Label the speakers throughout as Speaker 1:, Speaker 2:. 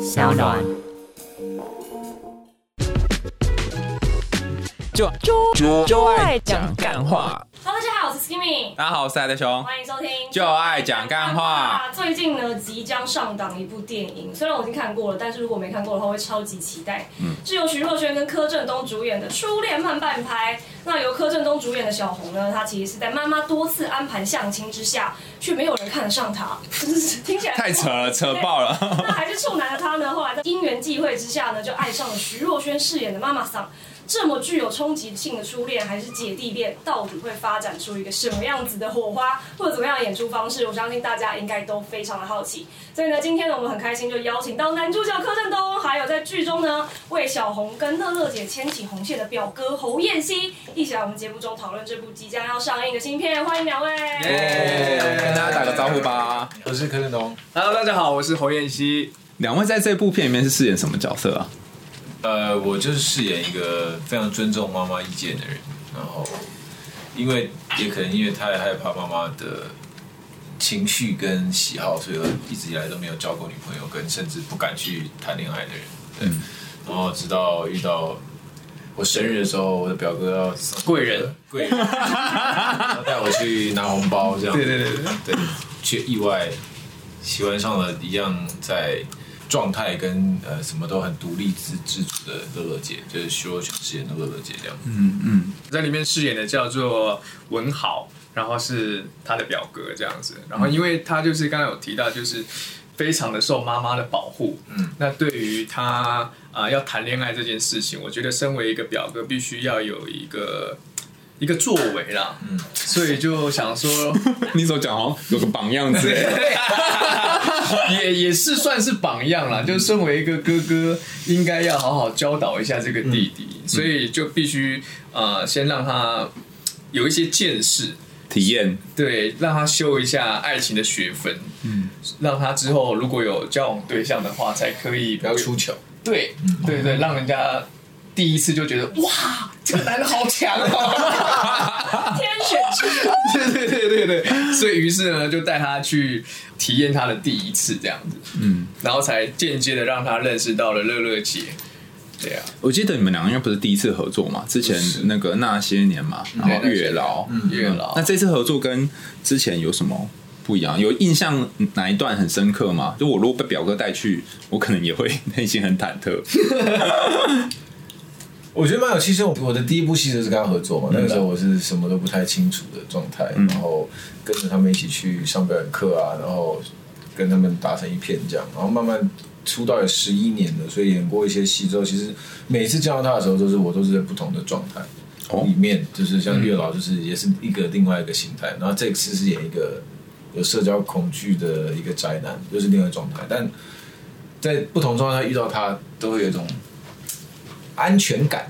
Speaker 1: 小暖。
Speaker 2: 就
Speaker 3: 就
Speaker 2: 就爱
Speaker 3: 爱
Speaker 2: 讲
Speaker 3: 讲
Speaker 2: 干话。
Speaker 1: Hello，大家好，我是 Skimmy，
Speaker 2: 大家好，我是爱德熊。
Speaker 1: 欢迎收听。
Speaker 2: 就爱讲干话。
Speaker 1: 最近呢，即将上档一部电影，虽然我已经看过了，但是如果没看过的话，会超级期待。嗯，是由徐若瑄跟柯震东主演的《初恋慢半拍》。那由柯震东主演的小红呢，她其实是在妈妈多次安排相亲之下，却没有人看得上她， 真是听起来
Speaker 2: 太扯了，扯爆了！
Speaker 1: 那还是处男的他呢，后来在因缘际会之下呢，就爱上了徐若瑄饰演的妈妈桑。这么具有冲击性的初恋还是姐弟恋，到底会发展出一个什么样子的火花，或者怎么样的演出方式？我相信大家应该都非常的好奇。所以呢，今天呢，我们很开心就邀请到男主角柯震东，还有在剧中呢为小红跟乐乐姐牵起红线的表哥侯彦希，一起来我们节目中讨论这部即将要上映的新片。欢迎两位！
Speaker 2: 耶，跟大家打个招呼吧。
Speaker 4: 我是柯震东，
Speaker 3: Hello，大家好，我是侯彦希。
Speaker 2: 两位在这部片里面是饰演什么角色啊？
Speaker 4: 呃，我就是饰演一个非常尊重妈妈意见的人，然后因为也可能因为太害怕妈妈的情绪跟喜好，所以我一直以来都没有交过女朋友，跟甚至不敢去谈恋爱的人。对，
Speaker 3: 嗯
Speaker 4: 然后直到遇到我生日的时候，我的表哥要送
Speaker 3: 贵人，
Speaker 4: 贵人，然后带我去拿红包，这样
Speaker 3: 对对对对，
Speaker 4: 对，却意外喜欢上了一样在状态跟呃什么都很独立自自主的乐乐姐，就是徐若瑄饰演的乐乐姐这样。
Speaker 2: 嗯
Speaker 3: 在里面饰演的叫做文豪，然后是他的表哥这样子。然后因为他就是刚刚有提到，就是非常的受妈妈的保护。
Speaker 4: 嗯，
Speaker 3: 那对于他啊、呃要谈恋爱这件事情，我觉得身为一个表哥，必须要有一个一个作为啦。嗯，所以就想说。
Speaker 2: 你所讲好像有个榜样子欸。
Speaker 3: 也也是算是榜样啦，就身为一个哥哥，应该要好好教导一下这个弟弟，所以就必须呃，先让他有一些见识，
Speaker 2: 体验
Speaker 3: 对，让他修一下爱情的学分，嗯，让他之后如果有交往对象的话，才可以
Speaker 4: 不要出糗，
Speaker 3: 对对对，让人家第一次就觉得哇，这个男的好强哦。
Speaker 1: 天选之人。
Speaker 3: 对对对对对，所以于是呢，就带他去体验他的第一次这样子，嗯，然后才间接的让他认识到了乐乐姐，对啊，
Speaker 2: 我记得你们两个应该不是第一次合作嘛，之前那个那些年嘛，然后月老。
Speaker 4: 嗯
Speaker 3: 月老
Speaker 2: 嗯那，这次合作跟之前有什么不一样？有印象哪一段很深刻吗？就我如果被表哥带去，我可能也会 内心很忐忑。
Speaker 4: 我觉得蛮有趣。其实我的第一部戏就是跟他合作嘛，那个时候我是什么都不太清楚的状态，然后跟着他们一起去上表演课啊，然后跟他们打成一片这样，然后慢慢。出道也十一年了，所以演过一些戏之后，其实每次见到他的时候，都是我都是在不同的状态。
Speaker 2: 哦
Speaker 4: 里面，就是像月老，就是也是一个另外一个形态。然后这次是演一个有社交恐惧的一个宅男，又、是另外一个状态。但在不同状态遇到他，都会有一种安全感。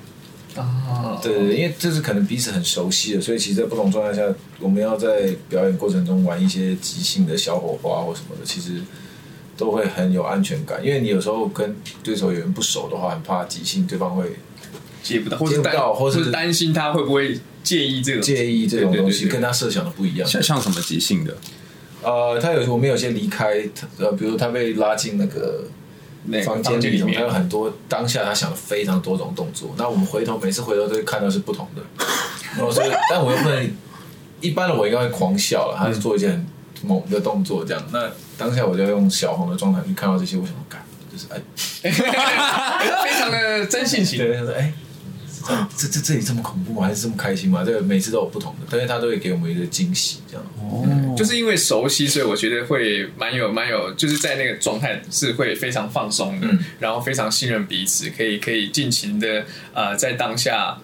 Speaker 3: 啊，
Speaker 4: 对对，对因为这是可能彼此很熟悉的，所以其实，在不同状态下，我们要在表演过程中玩一些即兴的小火花或什么的，其实都会很有安全感。因为你有时候跟对手有人不熟的话，很怕即兴对方会
Speaker 3: 接不到，或
Speaker 4: 接
Speaker 3: 者
Speaker 4: 不
Speaker 3: 担
Speaker 4: 到或
Speaker 3: 或
Speaker 4: 是
Speaker 3: 者担心他会不会介意这个，
Speaker 4: 介意这种
Speaker 3: 对对对
Speaker 4: 东西，
Speaker 3: 对
Speaker 4: 跟他设想的不一样。
Speaker 2: 像像什么即兴的？
Speaker 4: 呃，他有我们有些离开，呃，比如他被拉进那个
Speaker 3: 那个
Speaker 4: 房间里
Speaker 3: 里
Speaker 4: 头，他有
Speaker 3: 面，
Speaker 4: 很多当下他想了非常多种动作。那我们回头每次回头都会看到是不同的， 然后所以但我又不能，一般的我应该会狂笑了，他是做一件很猛的动作这样。那当下我就用小红的状态去看到这些，我想说干就是哎，
Speaker 3: 非常的真性情，
Speaker 4: 对，他说哎。是这样这这这里这么恐怖吗？还是这么开心吗？这个每次都有不同的，但是他都会给我们一个惊喜，这样。
Speaker 3: 就是因为熟悉，所以我觉得会蛮有蛮有，就是在那个状态是会非常放松的，
Speaker 4: 嗯
Speaker 3: 然后非常信任彼此，可以可以尽情的呃，在当下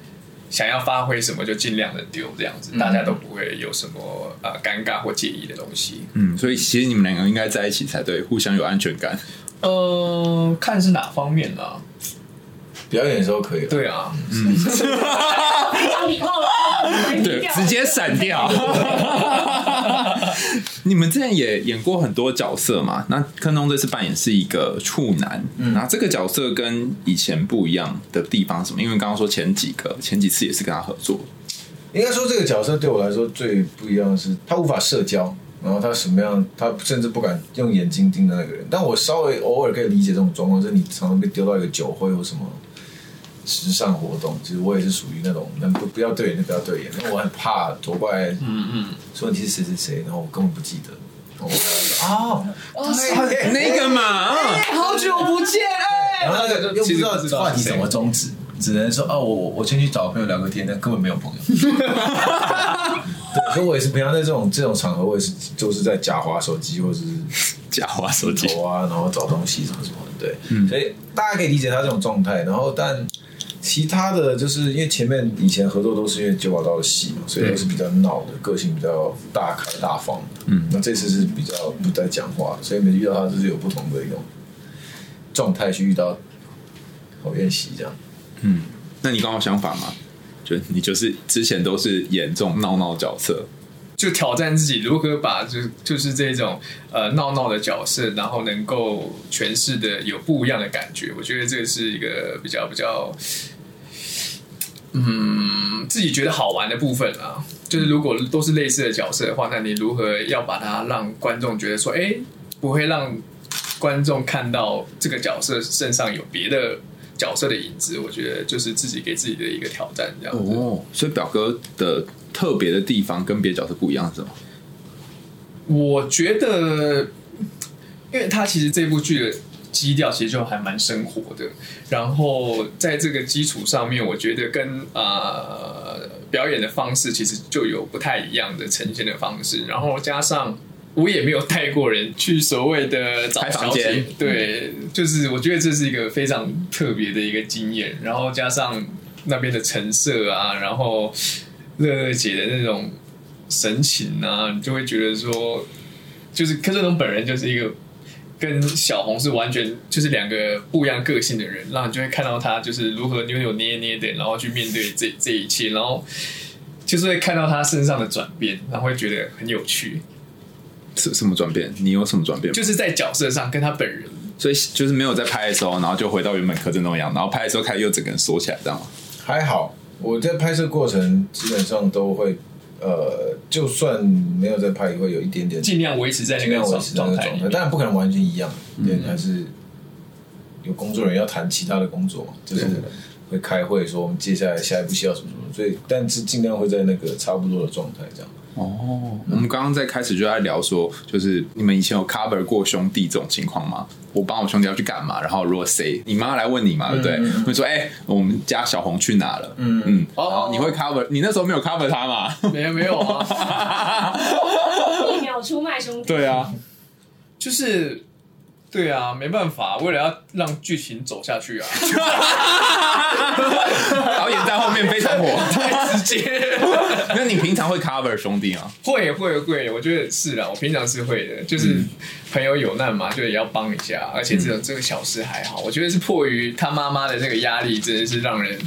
Speaker 3: 想要发挥什么就尽量的丢这样子，大家都不会有什么呃尴尬或介意的东西。
Speaker 2: 嗯，所以其实你们两个应该在一起才对，互相有安全感。
Speaker 3: 呃，看是哪方面啦、
Speaker 4: 表演的时候可以了，
Speaker 3: 对啊，
Speaker 1: 非常礼貌了，
Speaker 2: 对，直接闪掉。 你们之前也演过很多角色嘛？那坑东这次扮演是一个处男，那这个角色跟以前不一样的地方是什么？因为刚刚说前几个前几次也是跟他合作，
Speaker 4: 应该说这个角色对我来说最不一样的是，他无法社交，然后他什么样，他甚至不敢用眼睛盯着那个人。但我稍微偶尔可以理解这种状况，就是你常常被丢到一个酒会或什么时尚活动，其实我也是属于那种能不不要对眼就不要对眼，因为我很怕走过来
Speaker 3: 嗯嗯，
Speaker 4: 说你是谁谁谁，然后我根本不记得。然后我哦，对
Speaker 2: 那个嘛，啊
Speaker 3: 好久不见哎
Speaker 4: 然后那个又不知道
Speaker 3: 其实不知道
Speaker 4: 话题怎么终止，只能说哦，我我我先去找朋友聊个天，但根本没有朋 友。对，所以我也是平常在这种这种场合，我也是就是在假滑手机或者是
Speaker 2: 假滑手 机，
Speaker 4: 头啊，然后找东西什么什么的。对，所以大家可以理解他这种状态。然后，但其他的就是因为前面以前合作都是因为九把刀的戏嘛，所以都是比较闹的，个性比较大开大方的。嗯，那这次是比较不太讲话，所以每次遇到他就是有不同的一种状态去遇到侯彦希这样。
Speaker 2: 那你跟我相反吗？就你就是之前都是演这种闹闹角色，
Speaker 3: 就挑战自己如何把就就是这种呃闹闹的角色，然后能够诠释的有不一样的感觉。我觉得这个是一个比较比较，嗯，自己觉得好玩的部分啊。就是如果都是类似的角色的话，那你如何要把它让观众觉得说，哎、不会让观众看到这个角色身上有别的角色的影子？我觉得就是自己给自己的一个挑战，这样子。
Speaker 2: 哦，所以表哥的特别的地方跟别的角色不一样是吗？
Speaker 3: 我觉得，因为它其实这部剧的基调其实就还蛮生活的，然后在这个基础上面，我觉得跟呃表演的方式其实就有不太一样的呈现的方式，然后加上。我也没有带过人去所谓的找
Speaker 2: 开房
Speaker 3: 小姐
Speaker 2: 间，
Speaker 3: 对，就是我觉得这是一个非常特别的一个经验，然后加上那边的陈设啊，然后乐乐姐的那种神情啊，你就会觉得说，就是柯震东本人就是一个跟小红是完全就是两个不一样个性的人，然后你就会看到他就是如何扭扭捏捏的，然后去面对这这一切，然后就是会看到他身上的转变，然后会觉得很有趣，
Speaker 2: 什什么转变？你有什么转变吗？
Speaker 3: 就是在角色上跟他本人。
Speaker 2: 所以就是没有在拍的时候，然后就回到原本柯震东一样，然后拍的时候开始又整个人缩起来，这样吗？
Speaker 4: 还好，我在拍摄过程基本上都会，呃，就算没有在拍，也会有一点点
Speaker 3: 尽量维持在那
Speaker 4: 尽
Speaker 3: 个
Speaker 4: 量维
Speaker 3: 状
Speaker 4: 持那
Speaker 3: 状
Speaker 4: 个
Speaker 3: 态
Speaker 4: 状
Speaker 3: 里
Speaker 4: 态，
Speaker 3: 面。嗯
Speaker 4: 当然不可能完全一样，对，还是有工作人员要谈其他的工作嘛，就是会开会说我们接下来下一步需要什么什么，所以但是尽量会在那个差不多的状态这样。
Speaker 2: 哦，我们刚刚在开始就在聊说，就是你们以前有 cover 过兄弟这种情况吗？我帮我兄弟要去干嘛？然后如果谁你妈来问你嘛，对不对？会说哎、我们家小红去哪了？嗯嗯，然后你会 cover，你那时候没有 cover 他嘛？
Speaker 3: 哦没有没有啊，
Speaker 1: 一秒出卖兄弟，
Speaker 2: 对啊，
Speaker 3: 就是对啊，没办法，为了要让剧情走下去啊，
Speaker 2: 导演在后面非常火。
Speaker 3: 太直接了。
Speaker 2: 那你平常会 cover 兄弟吗？
Speaker 3: 会会会，我觉得是啦，我平常是会的，就是
Speaker 2: 嗯
Speaker 3: 朋友有难嘛，就也要帮一下，而且这种这个小事还好，我觉得是迫于他妈妈的这个压力，真的是让人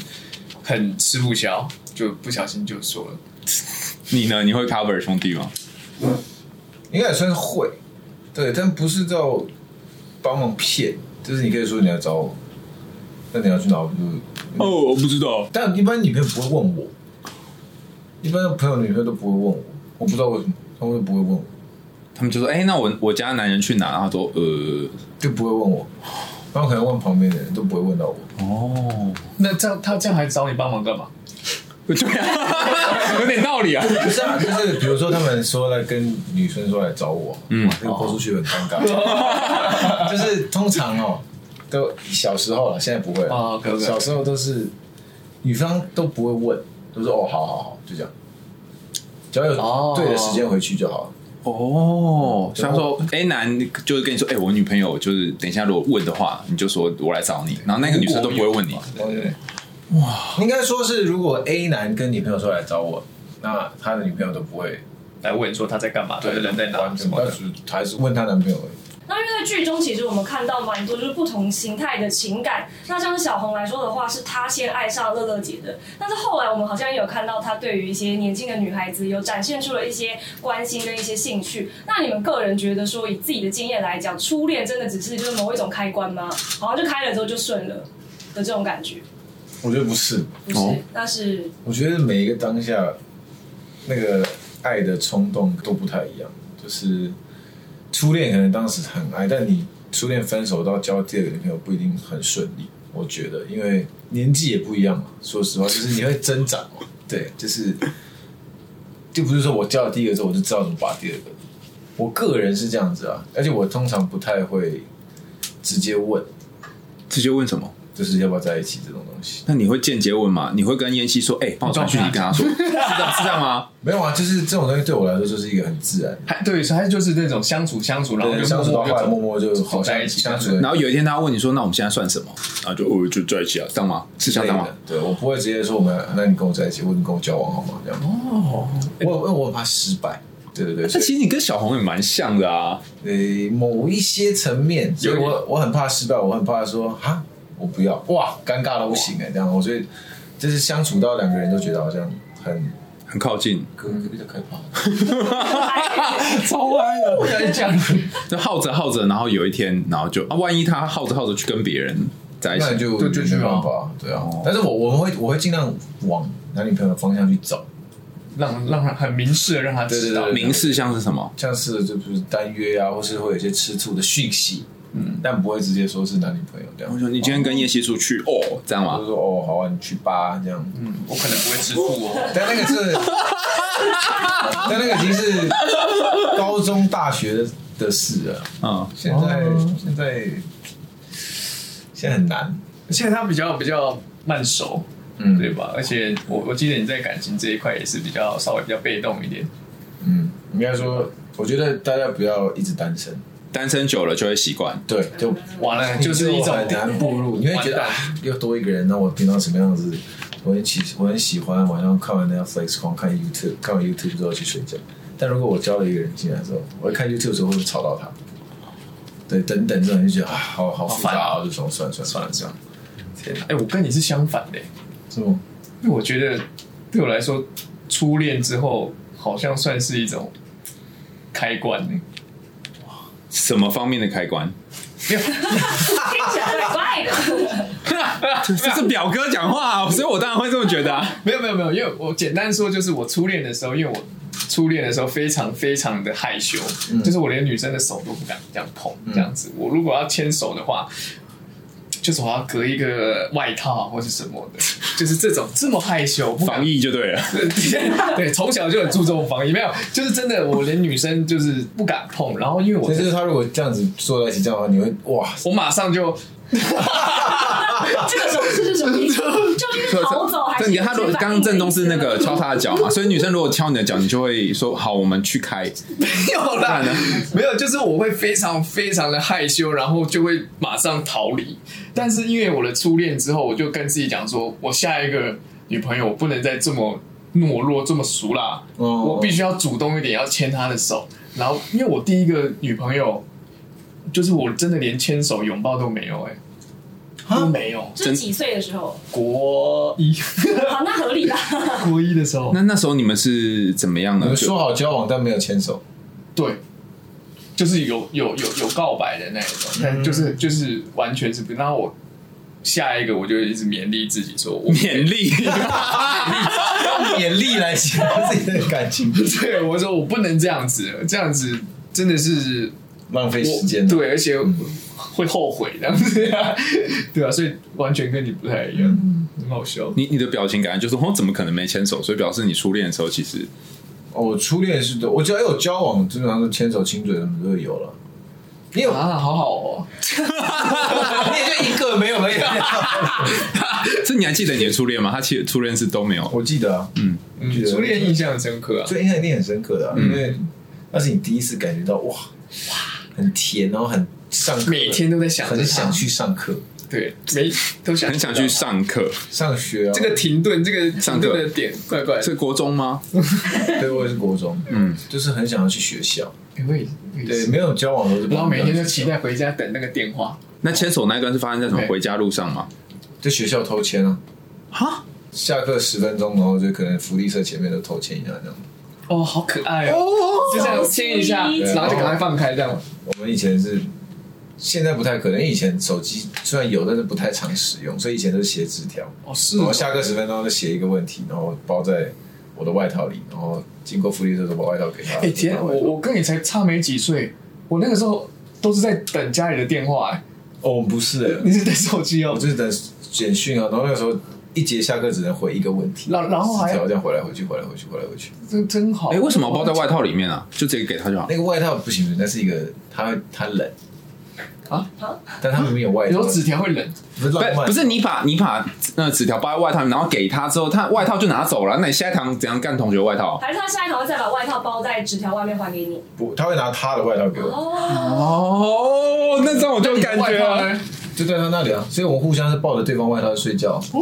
Speaker 3: 很吃不消，就不小心就说了。
Speaker 2: 你呢？你会 cover 兄弟吗？
Speaker 4: 应该也算是会，对，但不是到帮忙骗，就是你可以说你来找我，那你要去哪？我就
Speaker 2: 哦，我不知道。
Speaker 4: 但一般女朋友不会问我，一般的朋友女朋友都不会问我，我不知道为什么，他们都不会问我，
Speaker 2: 他们就说：“哎、那我我家男人去哪？”然后他说：“呃，
Speaker 4: 就不会问我，他们可能问旁边的人都不会问到我。
Speaker 2: 哦，
Speaker 3: 那这样他这样还找你帮忙干嘛？
Speaker 2: 对啊，有点道理啊。
Speaker 4: 不是啊，就是比如说他们说来跟女生说来找我，
Speaker 2: 嗯
Speaker 4: 嗯，那个播出去很尴尬。 就是通常哦，都小时候了，现在不会了。
Speaker 3: 哦可以可以
Speaker 4: 小时候都是女方都不会问，都说哦，好好好，就这样。只要
Speaker 3: 哦
Speaker 4: 有对的时间回去就好了。
Speaker 2: 哦，像说 A 男就是跟你说，哎、我女朋友就是等一下如果问的话，你就说我来找你，然后那个女生都不会问你。
Speaker 3: 对哦对对，
Speaker 4: 应该说是，如果 A 男跟女朋友说来找我，那他的女朋友都不会，
Speaker 3: 来问说他在干嘛，他的人在哪
Speaker 4: 完
Speaker 3: 哎什
Speaker 4: 全
Speaker 3: 么
Speaker 4: 不
Speaker 3: 的
Speaker 4: 是，还是问她男朋友而已。
Speaker 1: 那因为在剧中，其实我们看到蛮多就是不同形态的情感。那像是小红来说的话，是她先爱上乐乐姐的，但是后来我们好像也有看到她对于一些年轻的女孩子有展现出了一些关心跟一些兴趣。那你们个人觉得说，以自己的经验来讲，初恋真的只是就是某一种开关吗？好像就开了之后就顺了的这种感觉？
Speaker 4: 我觉得不是，
Speaker 1: 不是，
Speaker 2: 哦
Speaker 1: 那是
Speaker 4: 我觉得每一个当下那个爱的冲动都不太一样，就是初恋可能当时很爱，但你初恋分手到交第二个女朋友不一定很顺利，我觉得，因为年纪也不一样嘛。说实话，就是你会增长嘛，对，就是就不是说我交了第一个之后我就知道怎么把第二个。我个人是这样子啊，而且我通常不太会直接问，
Speaker 2: 直接问什么？
Speaker 4: 就是要不要在一起这种东西。
Speaker 2: 那你会间接问吗？你会跟燕西说，哎、帮我传讯息跟他 说，是这样是这样吗？
Speaker 4: 没有啊，就是这种东西对我来说就是一个很自然的，
Speaker 3: 还对，还就是那种相处相处，然后
Speaker 4: 对，
Speaker 3: 就
Speaker 4: 相处到
Speaker 3: 默默
Speaker 4: 后来
Speaker 3: 就
Speaker 4: 默默就好
Speaker 3: 在
Speaker 4: 像
Speaker 3: 一起
Speaker 4: 相处的
Speaker 2: 然后有一天他问你说，那我们现在算什么？然后就哦就在一起啊，这样吗？是像这样吗？
Speaker 4: 对我不会直接说我们，那你跟我在一起，或者你跟我交往好吗？这样。哦，我我我很怕失败。对对对，
Speaker 2: 那
Speaker 4: 所以
Speaker 2: 其实你跟小红也蛮像的啊，
Speaker 4: 呃某一些层面，所以
Speaker 3: 有一
Speaker 4: 我我很怕失败，我很怕说哈，我不要哇，尴尬到不行哎、这样。我所以就是相处到两个人都觉得好像很
Speaker 2: 很靠近，
Speaker 4: 可比较可怕。
Speaker 2: 超啊歪的。
Speaker 3: 不要讲，
Speaker 2: 就耗着耗着，然后有一天，然后就啊，万一他耗着耗着去跟别人在一
Speaker 4: 那
Speaker 2: 起
Speaker 4: 你，就
Speaker 3: 对就去
Speaker 4: 没
Speaker 3: 啊
Speaker 4: 办法，对啊。
Speaker 2: 哦
Speaker 4: 但是我我们会我会尽量往男女朋友的方向去走，
Speaker 3: 让让他很明示的让他知道
Speaker 4: 对对对。
Speaker 2: 明示像是什么？
Speaker 4: 像是就是单约啊，或是会有一些吃醋的讯息，嗯，但不会直接说是男女朋友这样
Speaker 2: 我。说你今天跟叶希出去哦，这样
Speaker 4: 就
Speaker 2: 吗？
Speaker 4: 说哦，好啊，你去吧，这样。嗯，
Speaker 3: 我可能不会支付哦，
Speaker 4: 但那个 是，但那个已经是高中、大学的的事了。
Speaker 2: 嗯，
Speaker 4: 现在、现在现在很难，
Speaker 3: 现在他比较比较慢熟，
Speaker 4: 嗯
Speaker 3: 对？吧？而且我我记得你在感情这一块也是比较稍微比较被动一点，
Speaker 4: 嗯，应该说，我觉得大家不要一直单身，
Speaker 2: 单身久了就会习惯。
Speaker 4: 对，就
Speaker 3: 完了就是一种
Speaker 4: 很难步入，你会觉得啊，又多一个人，那我变到什么样子？我很喜我很喜欢晚上看完 Netflix，狂看 YouTube，看完 YouTube 之后去睡觉。但如果我交了一个人进来之后，我一看 YouTube 的时候会不会吵到他？对，等等这种就觉得啊，好好复杂啊，我就说算了算了算了算了，天哪，
Speaker 3: 哎、我跟你是相反的、
Speaker 4: 是吗？
Speaker 3: 因为我觉得对我来说，初恋之后好像算是一种开关、欸。
Speaker 2: 什么方面的开关？
Speaker 1: 听起来怪怪的。
Speaker 2: 这是表哥讲话、啊，所以我当然会这么觉得、啊。
Speaker 3: 没有没有没有，因为我简单说就是我初恋的时候，因为我初恋的时候非常非常的害羞，
Speaker 2: 嗯
Speaker 3: 就是我连女生的手都不敢这样碰，这样子。我如果要牵手的话，就是我要隔一个外套啊或是什么的，就是这种这么害羞，不敢
Speaker 2: 防疫就对了，
Speaker 3: 对，从小就很注重防疫，没有，就是真的，我连女生就是不敢碰，然后因为我
Speaker 4: 所以就是他如果这样子坐在一起这样的话，你会哇，
Speaker 3: 我马上就
Speaker 1: 这个手势是什么意思？究竟是逃走还
Speaker 2: 这
Speaker 1: 是？
Speaker 2: 你看他如果刚刚郑东是那个敲他的脚嘛，所以女生如果敲你的脚，你就会说好，我们去开。
Speaker 3: 没有啦
Speaker 2: 然呢，
Speaker 3: 没有，就是我会非常非常的害羞，然后就会马上逃离。但是因为我的初恋之后，我就跟自己讲说，我下一个女朋友我不能再这么懦弱、这么俗啦，
Speaker 4: 哦
Speaker 3: 我必须要主动一点，要牵她的手。然后因为我第一个女朋友，就是我真的连牵手、拥抱都没有、欸，哎，都没有。
Speaker 1: 是几岁的时候？
Speaker 3: 国一
Speaker 1: 好，那合理吧？
Speaker 3: 国一的时候，
Speaker 2: 那那时候你们是怎么样
Speaker 4: 你
Speaker 2: 呢？
Speaker 4: 们
Speaker 2: 就
Speaker 4: 说好交往但没有 牵手，
Speaker 3: 对，就是有有有有告白的那一种，但就是就是完全是不。然后我下一个我就一直勉励自己说， 我
Speaker 2: 勉励，
Speaker 4: 用眼力来 形容自己的感情，
Speaker 3: 对我说我不能这样子了，这样子真的是
Speaker 4: 浪费时间
Speaker 3: 我
Speaker 4: 了，
Speaker 3: 对，而且会后悔这样子、 啊，对啊，所以完全跟你不太一样，很好笑。
Speaker 2: 你你的表情感觉就是，哦，怎么可能没牵手？所以表示你初恋的时候其实
Speaker 4: 哦，我初恋是的，我只要有交往，基本上都牵手、亲嘴什么都会有了。你有，
Speaker 3: 啊，好好哦，
Speaker 4: 你也就一个没有没有。
Speaker 2: 这你还记得你的初恋吗？他其实初恋是都没有，
Speaker 4: 我记得啊，嗯，
Speaker 3: 嗯，
Speaker 4: 记得
Speaker 3: 初恋嗯印象很深刻啊，
Speaker 4: 所以印象一定很深刻的啊、因为那是你第一次感觉到哇哇，很甜，然后很上课，
Speaker 3: 每天都在想着
Speaker 4: 很想
Speaker 3: 他
Speaker 4: 去上课、
Speaker 3: 对，没都想
Speaker 2: 很想去上课。
Speaker 4: 上学啊。
Speaker 3: 这个停顿，这个停
Speaker 2: 上课
Speaker 3: 顿的点怪怪的。
Speaker 2: 是国中吗？
Speaker 4: 对我也是国中，嗯，就是很想要去学校，
Speaker 3: 欸我也我也
Speaker 4: 对，
Speaker 3: 是
Speaker 4: 没有交往的时候就不知
Speaker 3: 然后
Speaker 4: 道怎么
Speaker 3: 每
Speaker 4: 样去学校，
Speaker 3: 天都期待回家等那个电话。
Speaker 2: 那牵手那一段是发生在什么回家路上吗？
Speaker 4: 在学校偷牵啊，
Speaker 2: 哈，
Speaker 4: 下课十分钟，然后就可能福利社前面都偷牵一下这样。
Speaker 3: 哦，好可爱哦！就这样牵一下，
Speaker 1: 对
Speaker 3: 然后就赶快放开这样。
Speaker 4: 我们以前是，现在不太可能，因为以前手机虽然有，但是不太常使用，所以以前都是写纸条，
Speaker 3: 哦，是
Speaker 4: 然后下课十分钟就写一个问题，然后包在我的外套里，然后经过福利社都把外套给他。
Speaker 3: 哎、天啊，我我跟你才差没几岁，我那个时候都是在等家里的电话、哎，
Speaker 4: 哦，我不是、欸，
Speaker 3: 你是等手机哦、
Speaker 4: 我就是等简讯啊，然后那个时候一节下课只能回一个问题，
Speaker 3: 然然后还
Speaker 4: 只要这样回来回去回来回去回来回去，
Speaker 3: 真真好。
Speaker 2: 哎、为什么包在外套里面啊？就直接给他就好。
Speaker 4: 那个外套不行，那是一个他他冷
Speaker 3: 啊
Speaker 1: 啊，
Speaker 4: 但他们没有外
Speaker 3: 你
Speaker 4: 套，
Speaker 3: 说纸条会冷？
Speaker 4: 不是浪
Speaker 2: 不
Speaker 4: 漫，
Speaker 2: 不是你把你把那纸条包在外套里，然后给他之后，他外套就拿走了。那你下一堂怎样干同学外套？
Speaker 1: 还是他下一堂会再把外套包在纸条外面还给你？
Speaker 4: 不，他会拿他的外套给我，
Speaker 1: 哦，
Speaker 2: 哦，那这样我就有感觉
Speaker 3: 外套
Speaker 2: 了。
Speaker 3: 呢？
Speaker 4: 就在他那里啊，所以我们互相是抱着对方外套睡觉，
Speaker 2: 哦，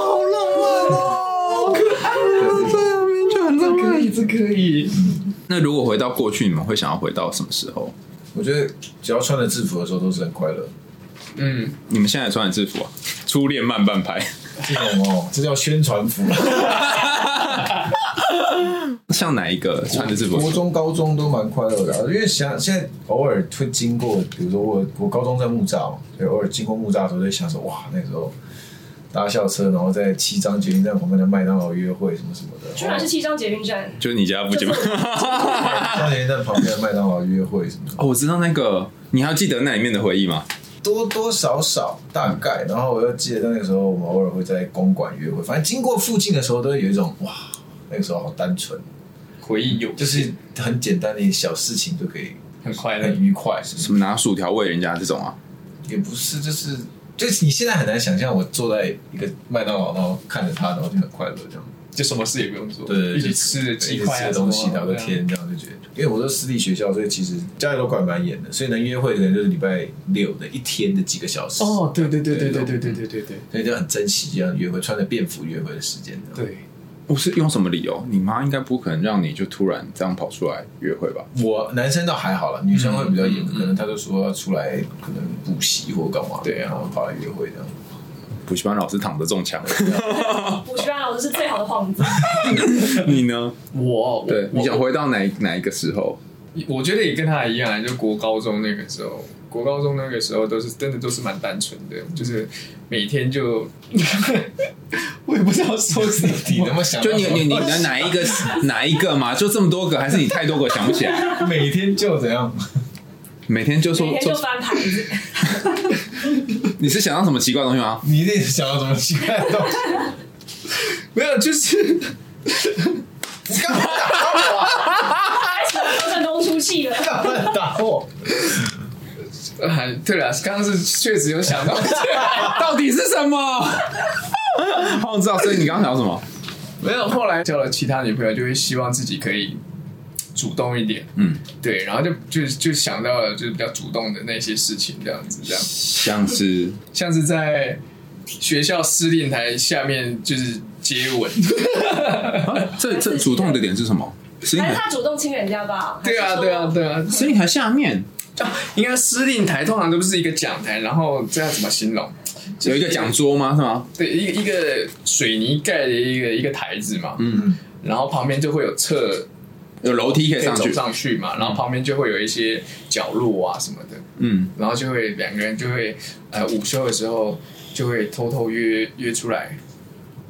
Speaker 2: 好浪漫哦，好可爱
Speaker 4: 对对
Speaker 2: 哦，明就很浪
Speaker 3: 可以，。这可以。
Speaker 2: 那如果回到过去，你们会想要回到什么时候？
Speaker 4: 我觉得只要穿着制服的时候都是很快乐。
Speaker 3: 嗯，
Speaker 2: 你们现在也穿的制服啊？初恋慢半拍。
Speaker 4: 这种哦，这叫宣传服。
Speaker 2: 像哪一个穿着制服？
Speaker 4: 国中、高中都蛮快乐的啊、因为想现在偶尔会经过，比如说我我高中在木栅嘛，所以偶尔经过木栅的时候，就想说哇，那时候搭校车，然后在七张捷运站旁边的麦当劳约会什么什么的，哦
Speaker 1: 居然是七张捷运站，
Speaker 2: 就是你家附近吗？
Speaker 4: 七张捷运站旁边的麦当劳约会什么什么，
Speaker 2: 哦，我知道那个，你还记得那里面的回忆吗？
Speaker 4: 多多少少大概。然后我又记得那个时候，我们偶尔会在公馆约会，反正经过附近的时候，都会有一种哇，那个时候好单纯，
Speaker 3: 回忆有
Speaker 4: 就是很简单的一些小事情就可以
Speaker 3: 很快乐
Speaker 4: 很。愉快，什么
Speaker 2: 什么拿薯条喂人家这种啊？
Speaker 4: 也不是，就是就是你现在很难想象我坐在一个麦当劳，然后看着他，然后就很快乐这样。
Speaker 3: 就什么事也不用做，
Speaker 4: 对，
Speaker 3: 一起吃鸡块
Speaker 4: 吃
Speaker 3: 啊，
Speaker 4: 的东西聊个天，这样就觉得，因为我是私立学校，所以其实家里都管蛮严的，所以能约会可能就是礼拜六的一天的几个小时。
Speaker 3: 对啊。，哦，对对对对对
Speaker 4: 对
Speaker 3: 对对对对对
Speaker 4: 所以就很珍惜这样约会，穿着便服约会的时间这样。
Speaker 3: 对，
Speaker 2: 我是用什么理由？你妈应该不可能让你就突然这样跑出来约会吧？
Speaker 4: 我男生倒还好了，女生会比较严，
Speaker 3: 嗯嗯
Speaker 4: 可能他就说要出来可能补习或干嘛，
Speaker 3: 对啊
Speaker 4: 然后跑来约会这样。
Speaker 2: 补习班老师躺着中枪，
Speaker 1: 补习班老师是最好的幌子。
Speaker 2: 你呢？
Speaker 3: 我我
Speaker 2: 对，你想
Speaker 3: 我
Speaker 2: 回到哪一哪一个时候？
Speaker 3: 我觉得也跟他一样，就国高中那个时候，国高中那个时候都是真的都是蛮单纯的，就是每天就， 我也不知道说什
Speaker 4: 你
Speaker 3: 么
Speaker 4: 他，妈想到
Speaker 2: 就你
Speaker 4: 什么
Speaker 2: 你你的哪一个哪一个嘛？就这么多个，还是你太多个想不起来？
Speaker 4: 每天就怎样？
Speaker 2: 每天就说
Speaker 1: 每天就
Speaker 2: 说，
Speaker 1: 翻牌子，
Speaker 2: 你是想到什么奇怪的东西吗？
Speaker 4: 你得想到什么奇怪的东西？
Speaker 3: 没有，就是
Speaker 1: 开始了正东出气 了。
Speaker 4: 打乱打我。
Speaker 3: 啊，对了，刚刚是确实有想 到，
Speaker 2: 到底是什么？好想知道。所以你刚刚想到什么？
Speaker 3: 没有，后来交了其他女朋友，就会希望自己可以主动一点，
Speaker 2: 嗯，
Speaker 3: 对，然后就就就想到了就是比较主动的那些事情，这样子，这样
Speaker 2: 像是
Speaker 3: 像是在学校司令台下面就是接 吻，
Speaker 2: 这这主动的点是什么？石令
Speaker 1: 还是
Speaker 2: 台，
Speaker 1: 他主动亲人家吧？
Speaker 3: 对啊，对啊，，对啊，
Speaker 2: 石令台下面
Speaker 3: 啊，应该司令台通常都不是一个讲台，然后这样怎么形容？
Speaker 2: 有一个讲桌吗？是吗？
Speaker 3: 对，一个一个水泥盖的一个一个台子嘛，嗯，然后旁边就会有侧
Speaker 2: 有楼梯可
Speaker 3: 可
Speaker 2: 以
Speaker 3: 以
Speaker 2: 上
Speaker 3: 走
Speaker 2: 去。
Speaker 3: 上去嘛，然后旁边就会有一些角落啊什么的，
Speaker 2: 嗯，
Speaker 3: 然后就会两个人就会呃午休的时候就会偷偷约约出来，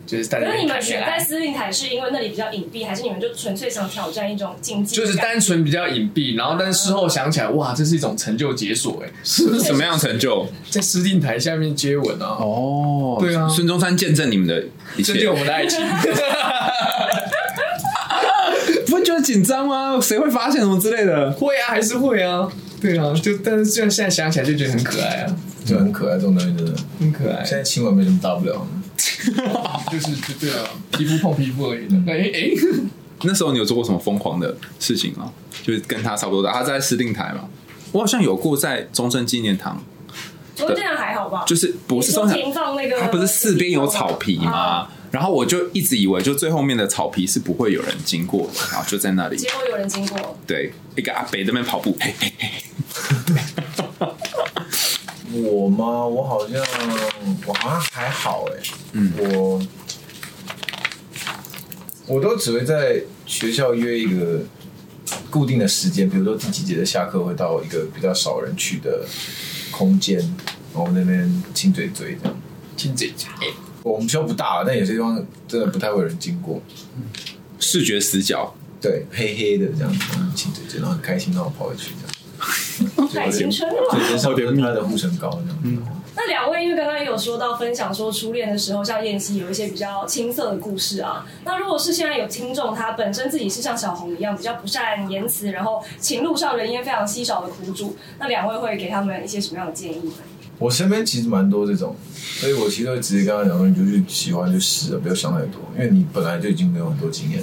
Speaker 3: 就是大家
Speaker 1: 那你们
Speaker 3: 谈恋
Speaker 1: 选在
Speaker 3: 爱，
Speaker 1: 司令台是因为那里比较隐蔽，还是你们就纯粹想挑战一种竞技？
Speaker 3: 就是单纯比较隐蔽，然后但事后想起来，哇，这是一种成就解锁哎、
Speaker 2: 是什么样的成就？
Speaker 3: 在司令台下面接吻啊，
Speaker 2: 哦，
Speaker 3: 对啊
Speaker 2: 孙中山见证你们的一
Speaker 3: 这就是
Speaker 2: 切
Speaker 3: 我，们的爱情。
Speaker 2: 不会觉得紧张吗？谁会发现什么之类的？
Speaker 3: 会啊，还是会啊，对啊，就但是这样现在想起来就觉得很可爱啊，
Speaker 4: 就很可爱，这种东西真的，
Speaker 3: 很可爱，
Speaker 4: 现在亲吻没什么大不了。
Speaker 3: 就是就对啊，皮肤碰皮肤而已的。哎哎，
Speaker 2: 那时候你有做过什么疯狂的事情吗？就是跟他差不多的，他在司令台嘛。我好像有过在中正纪念堂，
Speaker 1: 纯这样还好吧？
Speaker 2: 就是不是中正纪念
Speaker 1: 停放那个，啊
Speaker 2: 它不是四边有草皮吗？然后我就一直以为，就最后面的草皮是不会有人经过的，然后就在那里
Speaker 1: 结果有人经过，
Speaker 2: 对，一个阿北在那边跑步，嘿嘿嘿，
Speaker 4: 我吗？我好像我好像还好哎、嗯，我我都只会在学校约一个固定的时间，比如说第几节的下课会到一个比较少人去的空间，然后那边亲嘴嘴这样。
Speaker 3: 亲嘴，哎
Speaker 4: 我们修不大，啊但有些地方真的不太会有人经过。
Speaker 2: 视觉死角，
Speaker 4: 对，黑黑的这样，嗯亲嘴嘴，然后很开心，然后跑回去这样。
Speaker 1: 太青春了吧。
Speaker 4: 对，身上喷他的护唇膏这样。嗯，
Speaker 1: 那两位因为刚刚也有说到分享说初恋的时候，像燕西有一些比较青涩的故事啊。那如果是现在有听众他本身自己是像小红一样比较不善言辞，然后情路上人烟非常稀少的苦主，那两位会给他们一些什么样的建议呢？
Speaker 4: 我身边其实蛮多这种，所以我其实会直接跟他讲说，你就去喜欢就试啊了，不要想太多，因为你本来就已经没有很多经验。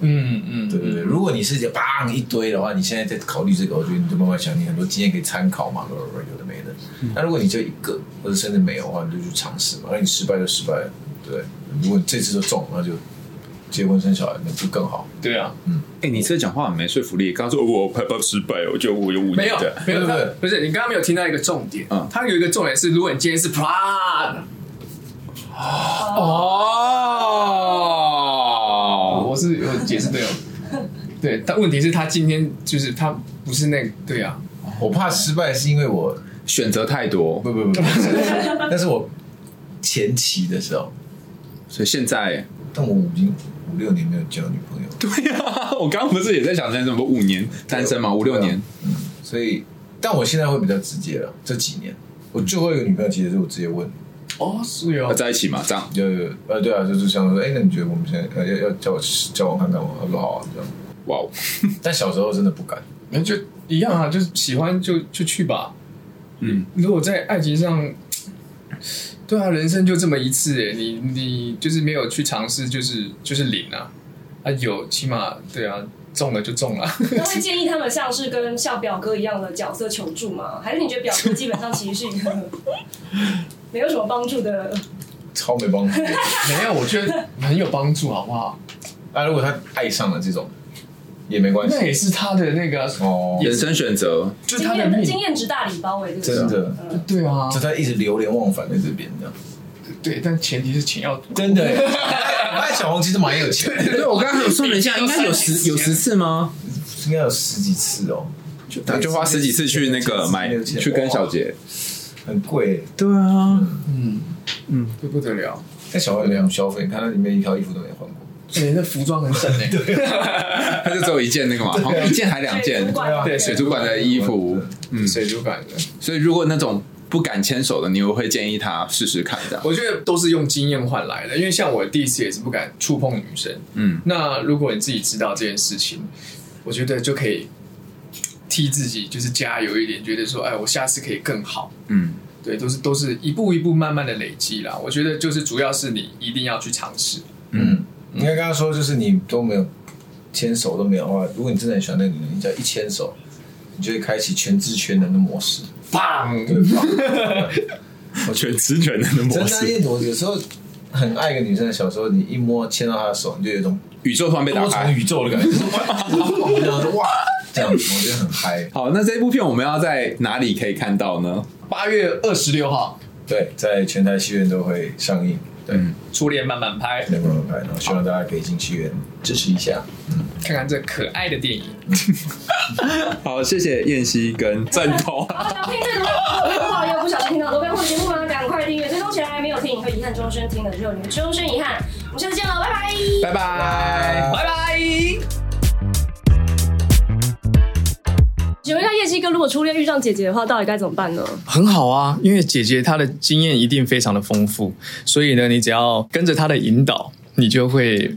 Speaker 3: 嗯嗯，
Speaker 4: 对对对，如果你是砰一堆的话，你现在在考虑这个，我觉得你就慢慢想，你很多经验可以参考嘛，有的没的。那如果你就一个，或者甚至没有的话，你就去尝试嘛。那你失败就失败了，对不对。如果你这次就中，那就结婚生小孩，那就更好。
Speaker 3: 对啊，
Speaker 2: 哎，你这讲话很没说服力。刚刚说我拍拍失败，我就我有五年
Speaker 3: 没有
Speaker 2: 的，
Speaker 3: 没有
Speaker 4: 对
Speaker 3: 他
Speaker 4: 对对
Speaker 3: 不是你刚刚没有听到一个重点
Speaker 2: 嗯，
Speaker 3: 它有一个重点是，如果你今天是 Prada，
Speaker 2: 哦，
Speaker 3: 哦我是有解释对 哦，对，但问题是他今天就是他不是那个对啊，
Speaker 4: 我怕失败是因为我
Speaker 2: 选择太多，
Speaker 4: 不不不，不那是我前期的时候，
Speaker 2: 所以现 在
Speaker 4: 但我已经五六年没有交女朋友了。
Speaker 2: 对呀，我刚刚不是也在想，现在什么五年单身嘛，五六年，
Speaker 4: 所以，但我现在会比较直接了。这几年，我最后一个女朋友其实是我直接问，
Speaker 3: 哦是哦
Speaker 2: 要，在一起嘛，这样。
Speaker 4: 就呃对啊，就是想说，哎、那你觉得我们现在呃要要交往交往看看吗？她说好啊，这样。
Speaker 2: 哇哦，
Speaker 4: 但小时候真的不敢，
Speaker 3: 那就一样啊，就是喜欢就就去吧，
Speaker 2: 嗯，
Speaker 3: 如果在爱情上，对啊，人生就这么一次哎，你你就是没有去尝试，就是就是零啊，啊有起码对啊，中了就中了。
Speaker 1: 那会建议他们像是跟像表哥一样的角色求助吗？还是你觉得表哥基本上其实是一个没有什么帮助的？
Speaker 4: 超没帮助。
Speaker 3: 没有，我觉得很有帮助，好不好？
Speaker 4: 那、啊如果她爱上了这种，也没关系
Speaker 3: 那 也是他的那个啊，
Speaker 4: 哦。
Speaker 2: 人生选择，
Speaker 3: 就是
Speaker 1: 经
Speaker 3: 他的
Speaker 1: 验经
Speaker 3: 命，
Speaker 1: 验值大礼包哎、欸，这
Speaker 4: 真
Speaker 1: 个
Speaker 4: 的，
Speaker 3: 对啊
Speaker 4: 就，她一直流连忘返在这边这样。
Speaker 3: 对，但前提是钱要多。
Speaker 4: 真的、欸， 那小红其实蛮有钱 的，
Speaker 2: 对我刚刚有算了一下，应该有
Speaker 3: 三
Speaker 2: 十
Speaker 3: 十
Speaker 2: 有十次吗？
Speaker 4: 应该有十几次哦，
Speaker 2: 那就花十几次去那个买
Speaker 4: 六千
Speaker 2: 去跟小 杰，
Speaker 4: 很贵欸。
Speaker 2: 对啊，
Speaker 3: 嗯嗯，不不得了。
Speaker 4: 但小孩没有消费，你看他里面一条衣服都没换过。
Speaker 3: 哎、那服装很省 哎、
Speaker 2: 他就只有一件那个嘛，好像一件还两件
Speaker 1: 水，族馆
Speaker 3: 对
Speaker 2: 啊水族馆的衣服，嗯，
Speaker 3: 水族馆的，
Speaker 2: 所以如果那种不敢牵手的，你我会建议他试试看的。
Speaker 3: 我觉得都是用经验换来的。因为像我第一次也是不敢触碰女生，
Speaker 2: 嗯，
Speaker 3: 那如果你自己知道这件事情，我觉得就可以替自己就是加油一点，觉得说，哎，我下次可以更好。
Speaker 2: 嗯，
Speaker 3: 对，都是都是一步一步慢慢的累积啦。我觉得就是主要是你一定要去尝试。
Speaker 4: 嗯，应该跟他说，就是你都没有牵手都没有的话，如果你真的很喜欢那个女人，你只要一牵手，你就会开启全知全能的模式。
Speaker 3: 棒！
Speaker 4: 对吧？
Speaker 2: 我全知全能的啊
Speaker 4: 真的，
Speaker 2: 模式，
Speaker 4: 因为我有时候很爱一个女生，小时候你一摸牵到她的手，你就有一种
Speaker 2: 宇宙突然被打
Speaker 4: 多重
Speaker 2: 开。
Speaker 4: 宇宙的感觉，我想说哇，这样子我觉得很嗨。
Speaker 2: 好，那这部片我们要在哪里可以看到呢？
Speaker 3: 八月二十六号，
Speaker 4: 对，在全台戏院都会上映，对，
Speaker 3: 初恋慢慢拍，
Speaker 4: 能不能拍？然后希望大家可以进戏院支持一下。
Speaker 3: 看看这可爱的电影。
Speaker 2: 好，谢谢燕西跟郑彤。
Speaker 1: 想听这个的话，要不小心听到都不要混节目啦，赶快订阅追踪起来，没有听你会遗憾终身，听了之后你会终身遗憾。我们下次见了，拜拜。
Speaker 2: 拜拜。
Speaker 3: 拜拜。
Speaker 1: 请问一下，叶希哥，如果初恋遇上姐姐的话，到底该怎么办呢？
Speaker 3: 很好啊，因为姐姐她的经验一定非常的丰富，所以呢，你只要跟着她的引导，你就会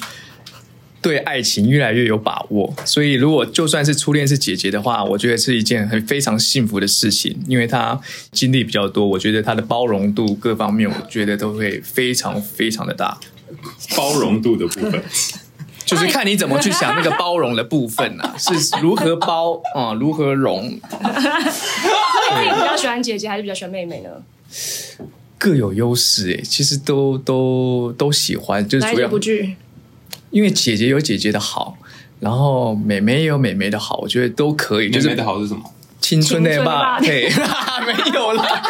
Speaker 3: 对爱情越来越有把握。所以，如果就算是初恋是姐姐的话，我觉得是一件很非常幸福的事情，因为她经历比较多，我觉得她的包容度各方面，我觉得都会非常非常的大。
Speaker 1: 哎
Speaker 2: 包容度的部分，
Speaker 3: 就是看你怎么去想那个包容的部分 啊，是如何包啊、如何容，
Speaker 1: 自己比较喜欢姐姐，还是比较喜欢妹妹呢？
Speaker 3: 各有优势诶。其实都都都喜欢，就是
Speaker 1: 来
Speaker 3: 主
Speaker 1: 者
Speaker 3: 要
Speaker 1: 不拒。
Speaker 3: 因为姐姐有姐姐的好，然后妹妹也有妹妹的好，我觉得都可以，就
Speaker 2: 就是是的好是什么？
Speaker 3: 青春的吧，
Speaker 1: 青
Speaker 3: 对， 没有啦，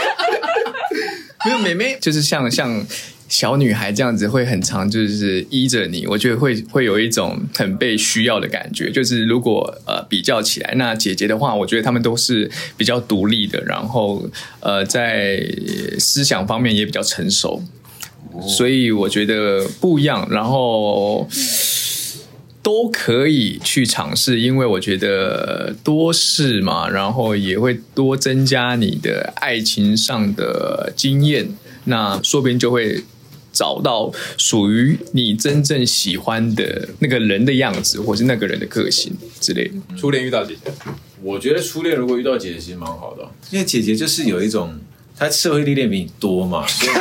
Speaker 3: 没有妹妹就是像像小女孩这样子，会很常就是依着你，我觉得会会有一种很被需要的感觉。就是如果呃比较起来，那姐姐的话，我觉得她们都是比较独立的，然后呃在思想方面也比较成熟。所以我觉得不一样，然后都可以去尝试，因为我觉得多试嘛，然后也会多增加你的爱情上的经验，那说不定就会。找到属于你真正喜欢的那个人的样子，或是那个人的个性之类的。
Speaker 2: 初恋遇到姐姐，
Speaker 4: 我觉得初恋如果遇到姐姐，其实蛮好的，因为姐姐就是有一种她社会历练比你多嘛，所以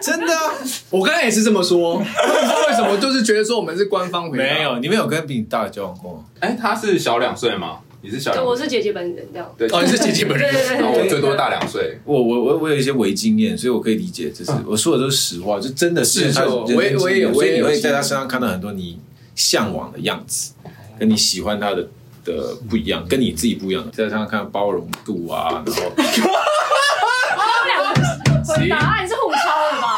Speaker 4: 真的啊、
Speaker 3: 我刚才也是这么说，不知道为什么，就是觉得说我们是官方回答。
Speaker 4: 没有，你们有跟比你大的交往过吗？
Speaker 2: 哎，她是小两岁吗？你是小
Speaker 1: 对，
Speaker 2: 两
Speaker 1: 我是姐姐本人这样。
Speaker 2: 对
Speaker 3: 哦，你是姐姐本
Speaker 1: 对
Speaker 3: 人。
Speaker 1: 对对
Speaker 2: 然后我
Speaker 1: 对，
Speaker 2: 最多大两岁，
Speaker 4: 我我我我有一些伪经验，所以我可以理解，这是、我说的都是实话，就真的
Speaker 3: 嗯是
Speaker 4: 是他
Speaker 3: 是我也我也有
Speaker 4: 所以你
Speaker 3: 我也
Speaker 4: 会
Speaker 3: 有
Speaker 4: 在他身上看到很多你向往的样子，跟你喜欢他的的不一样，跟你自己不一样，在他身上看到包容度啊，然后
Speaker 1: 他们两个回答案是互抄的吧？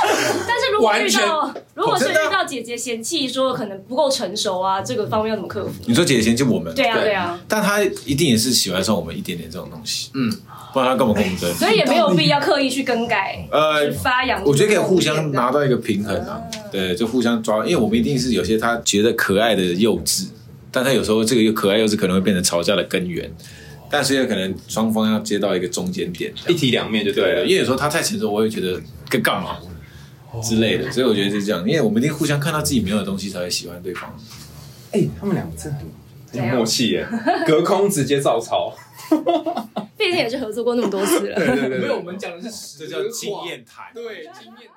Speaker 1: 但是如果遇到如果是
Speaker 4: 真的啊
Speaker 1: 遇到姐姐嫌弃说可能不够成熟啊，这个方面要怎么克服？
Speaker 4: 你说姐姐嫌弃我们，
Speaker 1: 对啊，
Speaker 2: 对
Speaker 1: 对啊，
Speaker 4: 但他一定也是喜欢上我们一点点这种东西，嗯，不然他干嘛跟我们争？
Speaker 1: 所以也没有必要刻意去更改，
Speaker 4: 呃
Speaker 1: 去，发扬。
Speaker 4: 我觉得可以互相拿到一个平衡啊，对，就互相抓，因为我们一定是有些他觉得可爱的幼稚，但他有时候这个又可爱幼稚可能会变成吵架的根源，但是也可能双方要接到一个中间点，
Speaker 2: 一体两面就对
Speaker 4: 对，啊
Speaker 2: 了。
Speaker 4: 因为有时候他太成熟，我会觉得该干嘛之类的，所以我觉得是这样，因为我们一定互相看到自己没有的东西才会喜欢对方。
Speaker 2: 哎，他们两个真的很
Speaker 1: 怎
Speaker 2: 很有
Speaker 1: 样
Speaker 2: 默契耶，隔空直接照抄。
Speaker 1: 毕竟也是合作过那么多次了。
Speaker 2: 对对对，
Speaker 3: 没有，我们讲的是
Speaker 4: 这叫经验谈。
Speaker 3: 对经验。